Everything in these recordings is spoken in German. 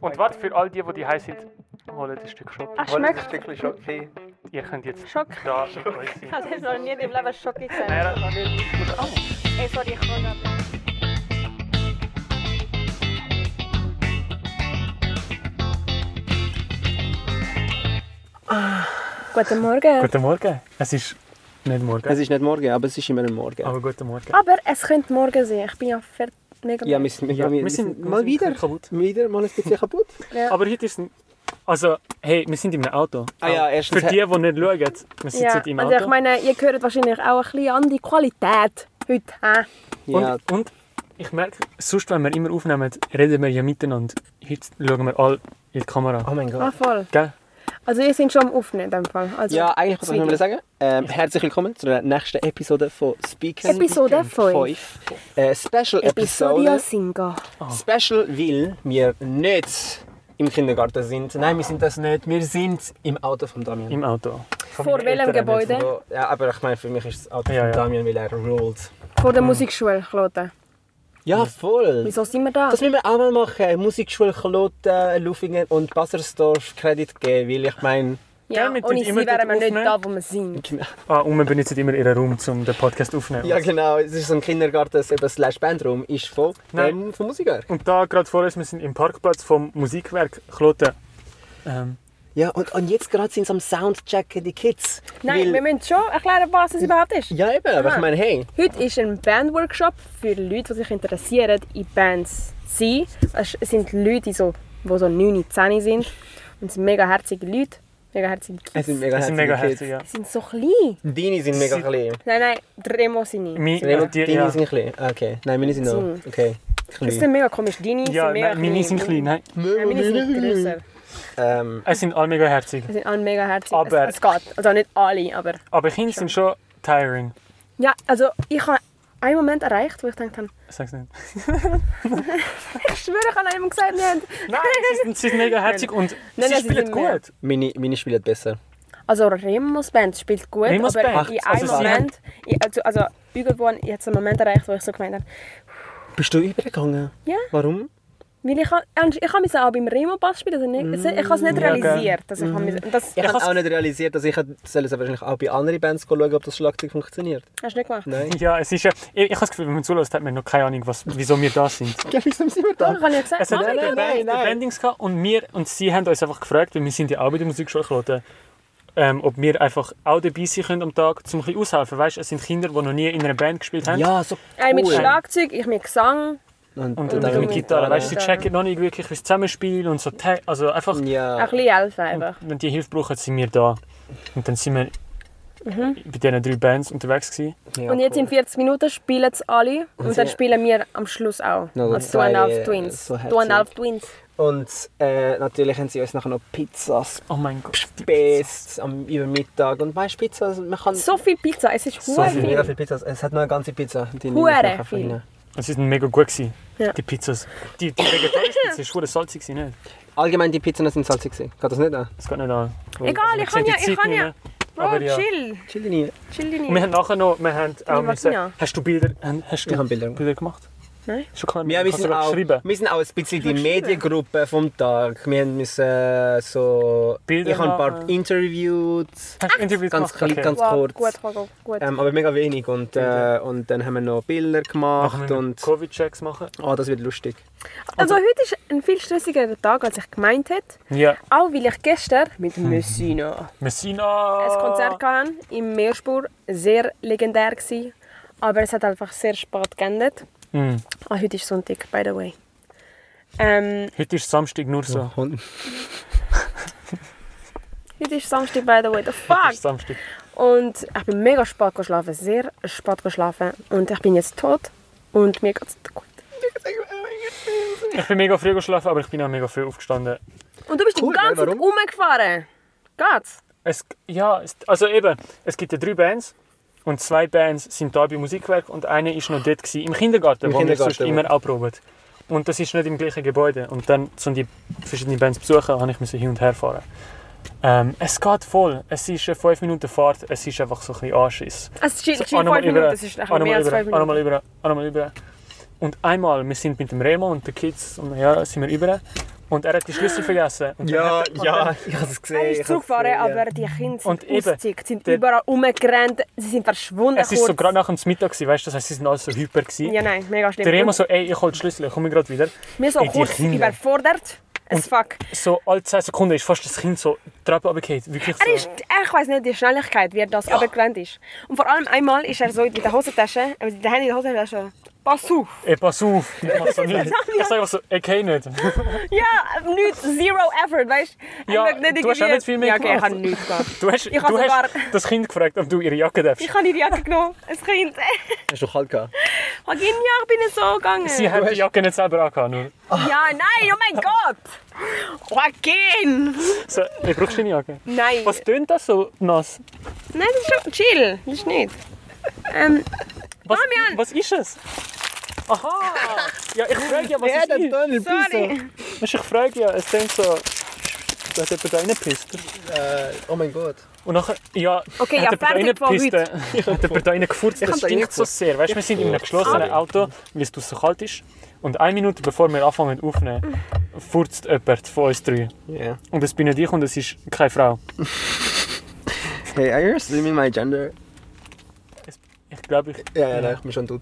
Und warte, für all die, die die heiß sind, Oh, holen ein Stück Schokolade. Ach, Hol jetzt ein schmeckt. Stückchen Schoki. Ihr könnt jetzt Schock. Also, da euch Ich habe noch nie im Leben Schoki gesehen. Nein, Ah, nee, das ist gut. Ah, Ey, sorry, ich kann nicht. Guten Morgen. Guten Morgen. Es ist nicht morgen, Es ist Ah, nicht morgen, aber es ist immer ein Morgen. aber guten Morgen. Aber es könnte morgen sein. Ich bin ja fertig. Mega Ja, wir sind, ja, wir, wir sind wir mal sind wieder. kaputt. Wieder mal ein bisschen kaputt. Aber heute ist ein... Also, hey, wir sind in einem Auto. Ah ja, Für erstens. die, die nicht schauen, wir sitzen ja. im Also ich Auto. meine, ihr hört wahrscheinlich auch ein bisschen andere Qualität heute. hä? Ja, Und, und ich merke, sonst, wenn wir immer aufnehmen, reden wir ja miteinander. Heute schauen wir alle in die Kamera. oh mein Ah, Gott. voll. Gell? Also ihr seid schon am Aufnehmen in dem Fall. Also, Ja, eigentlich das was ich Video. mal sagen. Ähm, herzlich willkommen zu der nächsten Episode von Speaking Episode 5. 5. Äh, Special Episodia Episode. Singa. Special, weil wir nicht im Kindergarten sind. Nein, wir sind das nicht. Wir sind im Auto von Damian. Im Auto. Von Vor meinen welchem Eltern Gebäude? nicht. Wo- ja, aber ich meine, für mich ist das Auto Ja, von ja. Damian, weil er ruled. Vor der Musikschule, Kloten. Ja, voll. Wieso sind wir da? Das müssen wir auch mal machen. Musikschule Kloten, Lufingen und Bassersdorf Kredit geben, weil ich meine... Ja, Gell, mit ohne den sie immer wären wir nicht aufnehmen. da, wo wir sind. Ah, und wir benutzen immer ihren Raum, um den Podcast aufzunehmen. Ja genau, es ist so ein Kindergarten, eben slash Bandraum, ist von, Nein. ähm, von Musikwerk. Und da gerade vor uns, wir sind im Parkplatz vom Musikwerk Kloten. Ähm, Ja, und, und jetzt gerade sind sie am Soundchecken, die Kids. Nein, wir müssen schon erklären, was es überhaupt ist. Ja eben, aber ich meine, hey, Heute ist ein Bandworkshop für Leute, die sich interessieren, in Bands zu sein. Es sind Leute, die so, die so 9, 10 sind. Und es sind mega herzige Leute. Mega herzige es Kids. sind Sie mega das sind herzige mega Kids. herzig, ja. sind so klein. Deine sind mega Sie- klein. Nein, nein, Remo sind nicht. Mi, Nein, äh, die, deine ja. sind klein. Ah, Okay, nein, meine sind noch. Okay. Das Klein. sind mega komisch. Deine ja, ne, sind mega nein, meine sind klein. Nein, Nein, meine sind grösser. Ähm, es sind alle mega herzig. Sie sind alle mega herzig. Aber- es, es geht. Also nicht alle, aber... Aber Kinder sind schon tiring. Ja, also ich habe einen Moment erreicht, wo ich gedacht habe, Sag's nicht. ich schwöre, ich habe einem gesagt, wir haben... Nein, sie sind, sie sind mega herzig und nein, sie sie spielen sind mehr. gut. meine, meine spielen besser. Also Remos Band spielt gut, Remos aber Band? in einem Also sie Moment, ich, also, also irgendwann, ich hatte so einen Moment erreicht, wo ich so gemeint habe, Bist du übergegangen? Ja. Warum? weil ich, hab- ernst- ich habe mich auch beim Remo Bass spielen, also nicht, ich habe es nicht Mm, Ja, Mm. gell. realisiert, dass ich hab mich, das Ich habe hab's- auch nicht realisiert, dass ich hätte- soll es wahrscheinlich auch bei anderen Bands schauen, ob das Schlagzeug funktioniert. hast du nicht gemacht. Nein. Ja, es ist ja. Ich, ich habe das Gefühl, wenn man zulässt, hat man noch keine Ahnung, was, wieso wir da sind. Ja, wieso sind wir Doch, ich habe ja gesagt, Es hat Mama, nein, nein, nein, nein, nein, nein. Bandings gehabt und wir und sie haben uns einfach gefragt, weil wir sind ja auch bei der Musikschule Kloten, ähm, ob wir einfach auch dabei sein können am Tag, um ein bisschen aushelfen. Weißt, es sind Kinder, die noch nie in einer Band gespielt haben. Ja, so einer mit cool. Schlagzeug, ich mit Gesang, Und, Und, und und ich dann mit Gitarre. Weißt, sie Gitarre. checken noch nicht wirklich, wie es zusammenspielen und so. Te- Also einfach, ein Ja. bisschen helfen einfach. wenn die Hilfe brauchen, sind wir da. Und dann sind wir bei diesen drei Bands unterwegs gewesen. ja Und jetzt in 40 Minuten spielen es alle und dann sie- spielen wir am Schluss auch. Na, das Als 2,5 äh, sei, Twins. so herzig. 2,5 Twins. Und äh, natürlich haben sie uns nachher noch Pizzas Oh mein Gott. best am über Mittag. Und weißt du, Pizza, man kann... So viel Pizza, es ist So so viel. viel. Mega viel Pizzas. Es hat noch eine ganze Pizza. Die Hure nehme ich nachher viel. rein. Es war mega gut. Gewesen. Ja. Die Pizzas. Die, die vegetarische Pizza war salzig, gewesen, nicht? Allgemein, die Pizzen sind salzig. gewesen. Geht das nicht an? Das geht nicht an. Egal, Man ich kann sieht ja, die ich Zeit kann nicht ja. Oh, mehr. Bro, Aber ja. chill, Chill rein. chill Und wir deine. haben nachher noch, wir haben auch Martina. müssen, hast du Bilder, haben- hast du Ich habe Bilder. Bilder gemacht? Nein. Schon klar, Ja, wir kannst sind, du auch, schreiben. wir sind auch ein bisschen die Mediengruppe vom Tag. Wir haben müssen äh, so... Bilder ich habe ein paar machen. interviewt. Hast du Interviews Ganz gemacht? klein, ganz Wow, kurz. gut, gut, gut, gut. Ähm, aber mega wenig. Und, äh, und dann haben wir noch Bilder Machen gemacht wir und... Covid-Checks machen? Ah, das wird lustig. Also heute ist ein viel stressigerer Tag, als ich gemeint hätte. Ja. Auch weil ich gestern mit Hm. Messina Messina! ein Konzert hatte, im Meerspur, sehr legendär war. Aber es hat einfach sehr spät geendet. Mhm. Ah, heute ist Sonntag, by the way. Ähm, Heute ist Samstag nur so. Und heute ist Samstag, by the way. The Heute fuck! ist Samstag. Und ich bin mega spät geschlafen, sehr spät geschlafen. Und ich bin jetzt tot und mir geht's gut. Ich bin mega früh geschlafen, aber ich bin auch mega früh aufgestanden. Und du bist Cool, die ganze gell? Zeit Warum? rumgefahren. Geht's? Es, ja, es, also eben, es gibt ja drei Bands. Und zwei Bands sind da beim Musikwerk und eine ist noch dort gewesen, im Kindergarten, Im wo Kindergarten, wir sonst wo- immer auch proben. Und das ist nicht im gleichen Gebäude. Und dann, um die verschiedenen Bands zu besuchen, habe ich müssen hin und her fahren. Ähm, es geht voll. Es ist eine 5 Minuten Fahrt. Es ist einfach so ein bisschen Anschiss. Also, es ist So, auch schon noch mal 5 Minuten, über- es ist auch ein noch bisschen mehr mal als über, 5 auch noch mal Minuten. über, auch noch mal über. Und einmal, wir sind mit dem Remo und den Kids und ja, sind wir über. Und er hat die Schlüssel vergessen. Und dann Ja, hat er- und ja, dann- ich habe es gesehen. Er ich ist hab's zurückgefahren, gesehen, ja. aber die Kinder sind Und eben, ausgezogen, sind der- überall rumgerannt, sie sind verschwunden. Es ist so kurz. gerade nach dem Mittag, gewesen, weißt du, das heisst, sie sind alle so hyper. Gewesen. Ja, nein, mega schlimm. Der Remo Und so, ey, ich hol die Schlüssel, ich komme gerade wieder. wir so ey, die kurz Kinder. überfordert. Es fuck. So alle 10 Sekunden ist fast das Kind so die Treppe runtergefallen. Wirklich so. Er ist, ich weiß nicht die Schnelligkeit, wie er das runtergerannt ist. Und vor allem einmal ist er so mit der Hosentasche, äh, mit der Hand in der Hosentasche, pass auf. Ey, pass auf, ich mach so nicht. Ich sag einfach so, ey, geh nicht. Ja, nichts, zero effort, weißt du. Ja, Er möchte du hast auch irgendwie- nicht viel mehr Ja, okay, ich gemacht. habe nichts gemacht. Du hast, Ich hab du sogar- hast das Kind gefragt, ob du ihre Jacke darfst. Ich habe die Jacke genommen, ein Kind. Hast du kalt gehabt? Ich bin ja, ich bin nicht so gegangen. Sie hat die Jacke nicht selber angehabt. Nur. Ja, nein, oh mein Gott! Joaquin! So, ey, brauchst du deine Jacke? Nein, Was tönt das so nass? nein, das ist schon chill, das ist nicht. Ähm, Was, Damian! was ist es? Aha! Ja, ich frage ja, was ist es? Tunnel, sorry. Weisst du, Ich frage ja, es tönt so... Da hat jemand reingepisst. Äh, oh mein Gott. Und nachher, ja, Okay, ja, hat jemand fertig von reingepisst. äh, Hat jemand reingefurzt, das hab da stinkt so reingefurzt. sehr. Weißt du, wir sind in einem geschlossenen Auto, weil es draussen kalt ist. Und eine Minute bevor wir anfangen aufzunehmen, furzt jemand von uns drei. Yeah. Und das bin nicht ich und es ist keine Frau. Hey, are you assuming my gender? Ich glaube, ich... Ja, ja, nein, ich bin schon tot.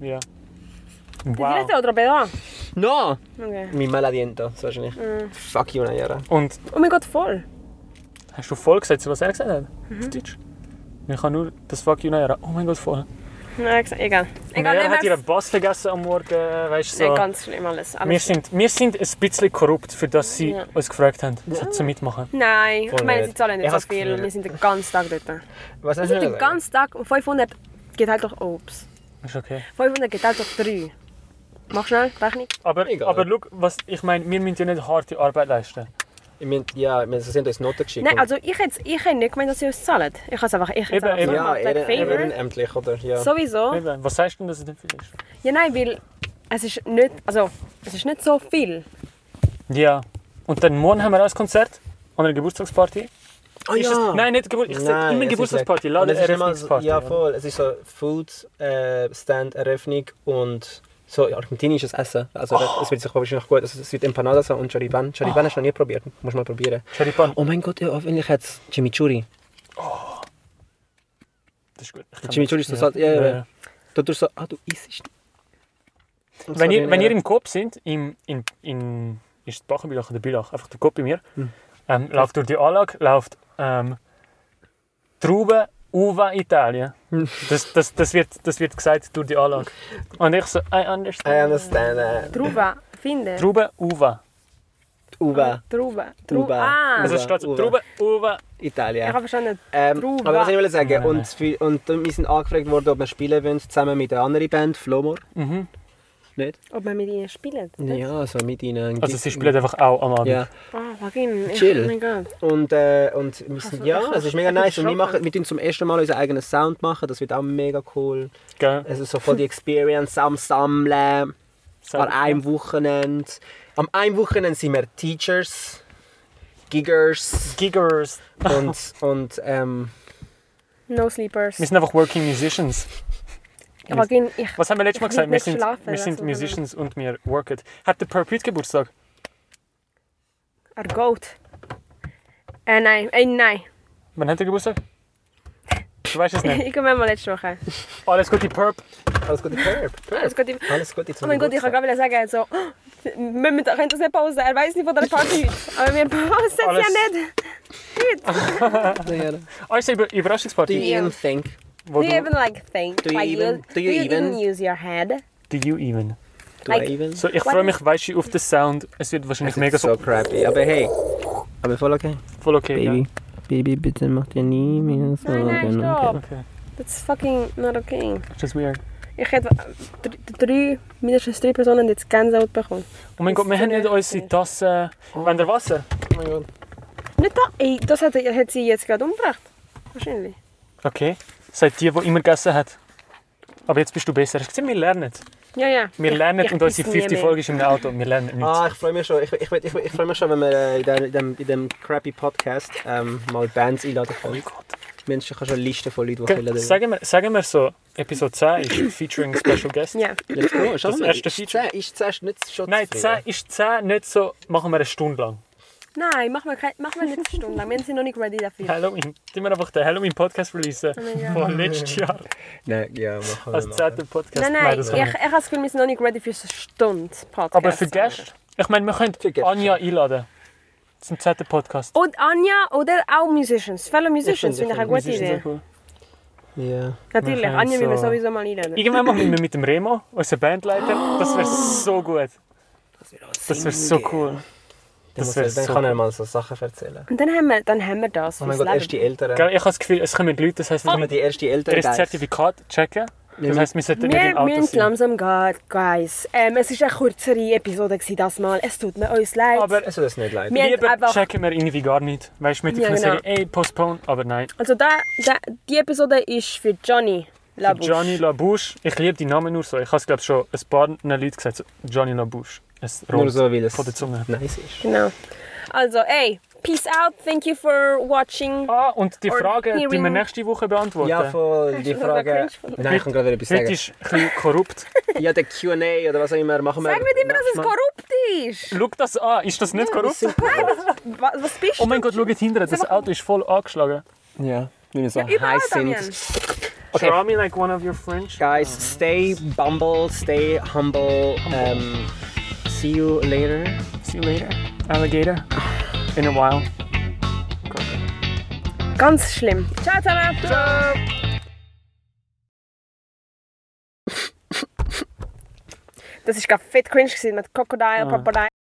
Ja. wow. Wow. oder Pedro? No! Okay. Mi mal aliento, so wahrscheinlich. Mm. Fuck you, Nayara. Und Oh mein Gott, voll. Hast du voll gesagt, was er gesagt hat? Auf Deutsch? Ich kann nur das Fuck you Naira. Oh mein Gott, voll. Nein, ex- egal. Egal, Naira nehmen hat wir's. ihren Bass vergessen am Morgen, äh, weißt du Nein, so. ganz schlimm alles. wir, alles. sind, wir sind ein bisschen korrupt, für das sie Ja. uns gefragt haben, so zu mitmachen. Nein, ich Voll meine, nicht. sie zahlen Ich nicht so hab's viel. gefühlt. Wir sind den ganzen Tag dort. Wir Was hast sind den ganzen Tag und 500 geteilt durch Obst. Ist okay. 500 geteilt durch 3. Mach schnell, Rechnung. Aber, Egal. aber schau, was, ich meine, wir müssen ja nicht harte Arbeit leisten. Ich mein, ja, ich mein, sie haben uns Noten geschickt. Nein, also ich hätte ich hätte nicht gemeint, dass sie uns zahlen. Ich habe es einfach, ich Eben, hätte es eben. einfach ja, gemacht, like ehren, favor. ehrenamtlich, oder? Ja. Sowieso. Eben, Was sagst du denn, dass es nicht viel ist? Ja, nein, weil es ist nicht, also, es ist nicht so viel. Ja. Und dann morgen haben wir auch ein Konzert an einer Geburtstagsparty. Ah, oh, Ist es, nein, nicht Geburtstag. Ich sage immer es ist Geburtstagsparty. lecker. Und Lade es ist immer Eröffnungsparty. so- Ja, oder? voll. Es ist so Food, äh, Stand, Eröffnung und so argentinisches Essen. Also es wird sich wahrscheinlich gut. Also, es wird Empanadas und Choriban. Choriban hast du noch nie probiert. Muss mal probieren. Choripan. Oh mein Gott, ja, hoffentlich hat es Chimichurri. Das ist gut. Ich kann- Chimichurri ist so Salz. Ja, ja, ja. Du tust so, ah, du isst. Wenn ihr, wenn ihr im Coop sind, im, in, in, ist es Bachenbilach oder Billach, einfach der Coop bei mir, Hm. ähm, läuft durch die Anlage, läuft ähm, Trauben, Uva, Italien. Hm. Das, das, das, wird, das wird gesagt durch die Anlage. Und ich so, I I understand. understand. äh, Truba, finde. Trauben, Uva. Uva, Truba. Truba. Ah, Also Uva, es steht so, Uva. Trauben, Uva. ich Italien. habe verstanden. Ähm, Truba. aber was ich wollte sagen, Nein, und, für- und äh, wir sind angefragt worden, ob wir spielen wollen, zusammen mit einer anderen Band, Flomor. Mhm. Nicht? Ob man mit ihnen spielt. Ja, so mit ihnen. Also sie spielen einfach auch am Abend. Ja. Oh, fucking. ich- Chill. Oh mein Gott. Und, äh, und wir sind, Also, ja, ich- es ist mega ich bin nice. Und wir, erschrocken. machen, wir tun zum ersten Mal unseren eigenen Sound machen. Das wird auch mega cool. Gell? Es ist so voll die Experience am Sammeln. So. An einem Wochenende. Am einen Wochenende sind wir Teachers, Giggers Giggers. und, und ähm, No sleepers. Wir sind einfach Working Musicians. Joaquin, ich. Was haben wir letztes Mal Ich gesagt? will Wir nicht sind, schlafen wir sind lassen. Musicians und wir worken. Hat der Perpet Geburtstag? Er geht. Äh, nein, äh, nein. Wann hat er Geburtstag? Du weißt es nicht. Ich komme mal letzte Woche. Alles Gute, Perp. alles Gute, Perp. Alles Gute. Alles Gute zum Oh mein Gott, ich kann Geburtstag. gerade wieder sagen, so, oh, wir können das nicht pausen. Er weiß nicht von der Party. Aber wir pausen es ja Alles- nicht. Ja, ja. Also über Do you Überraschungsparty. even think? Wo Do you du, even like think? Do you Like, even- do you even- use your head? do you even? Do Like- I even? So, ich freue mich weißt du, auf den Sound. Es wird wahrscheinlich Es ist Also mega so so crappy. Aber hey, aber voll okay. voll okay. Baby, Baby, bitte mach dir nie mehr so. Nein, nein, Ja. stopp. Oh, Okay. That's fucking not okay. Das ist weird. Ich hätte äh, dr- drei, mindestens drei Personen jetzt Gänsehaut bekommen. Oh mein Gott, wir haben nicht unsere Tasse. Wenn der Wasser? Oh mein Gott. Nicht da, ey, das hat, hat sie jetzt gerade umgebracht. Wahrscheinlich. Okay. Seid die, die immer gegessen hat. Aber jetzt bist du besser. Hast du gesehen, wir lernen. Ja, ja. Wir lernen ich und unsere piss nie 50 mehr. Folge ist im Auto. und Wir lernen nichts. Ah, ich freue mich schon. Ich, ich, ich, ich freue mich schon, wenn wir äh, in, der, in, dem, in dem crappy Podcast ähm, mal Bands einladen Oh mein können. Gott. Mindestens kannst du eine Liste von Leuten, die Ge- killen wollen. Sagen wir, sagen wir so, Episode 10 ist featuring Special Guest. Ja. Let's go, schauen wir. erste Ist Feature. 10, ist 10 ist nicht schon Nein, zufrieden? 10 ist 10 nicht so, machen wir eine Stunde lang. Nein, machen wir, keine, machen wir nicht eine Stunde lang. Wir sind noch nicht ready dafür. Halloween. Tun wir einfach den Halloween-Podcast releasen mega. von letztes Jahr. Nein, ja, machen wir. Als machen. zweiter Podcast. Nein, nein, das ich, ich kann man nicht. habe das Gefühl, wir sind noch nicht ready für so eine Stunde Podcast. Aber für Gäste, ich meine, wir Für können Gäste. Anja einladen zum zweiten Podcast. Und Anja oder auch Musicians. Fellow Musicians Ich finde- finde ich eine gute Das ist sehr Idee. cool. Ja. Natürlich, Wir können Anja müssen wir so- sowieso mal einladen. Irgendwann machen wir mit dem Remo, unserem Bandleiter. Das wäre so gut. Das wäre so cool. Dann, Das muss wäre er, dann kann so er mal so Sachen erzählen. Und dann haben wir, dann haben wir das. Oh mein fürs Gott, Leben. erst die Eltern. Gell, Ich habe das Gefühl, es kommen Leute, das heisst, wir Wenn wir müssen die erste Eltern ihr Zertifikat checken. Das heisst, wir sollten nicht im Wir Auto müssen sein. langsam gehen, guys. Ähm, es war eine kürzere Episode gewesen das Mal. Es tut mir uns leid. Aber Also das nicht leid. Wir- haben lieber einfach- checken wir irgendwie gar nicht. Weißt du, mit Ja, der ja, genau. sagen, ey, postpone, aber nein. also da, da, die Episode ist für Johnny Labus. Johnny LaBouche, ich liebe die Namen nur so. Ich habe es, glaube ich, schon ein paar Leute gesagt. so, Johnny LaBouche. Es Nur rollt so, weil es von der Zunge. nice ist. Genau. Also, ey, peace out. Thank you for watching. Ah, und die Or Frage, die wir hearing- nächste Woche beantworten. Ja, voll, die du noch Frage... was cringe Nein, ich kann gerade etwas Heute sagen. ist ein bisschen korrupt. Ja, der Q&A oder was auch immer, machen wir... Sag mir immer, dass es Nein, korrupt ist. Schau das an, ist das nicht korrupt? Was, was bist Oh du? mein Gott, schau hinterher, das Auto ist voll angeschlagen. Ja, wenn wir so Überall, heiß Damian. sind. Okay. Okay. Draw me like one of your French. Guys, stay bumble, stay humble. Um, see you later. See you later, alligator. In a while. Ganz schlimm. Ciao zusammen. Ciao. Das war gerade fett cringe gewesen mit Crocodile, Crocodile.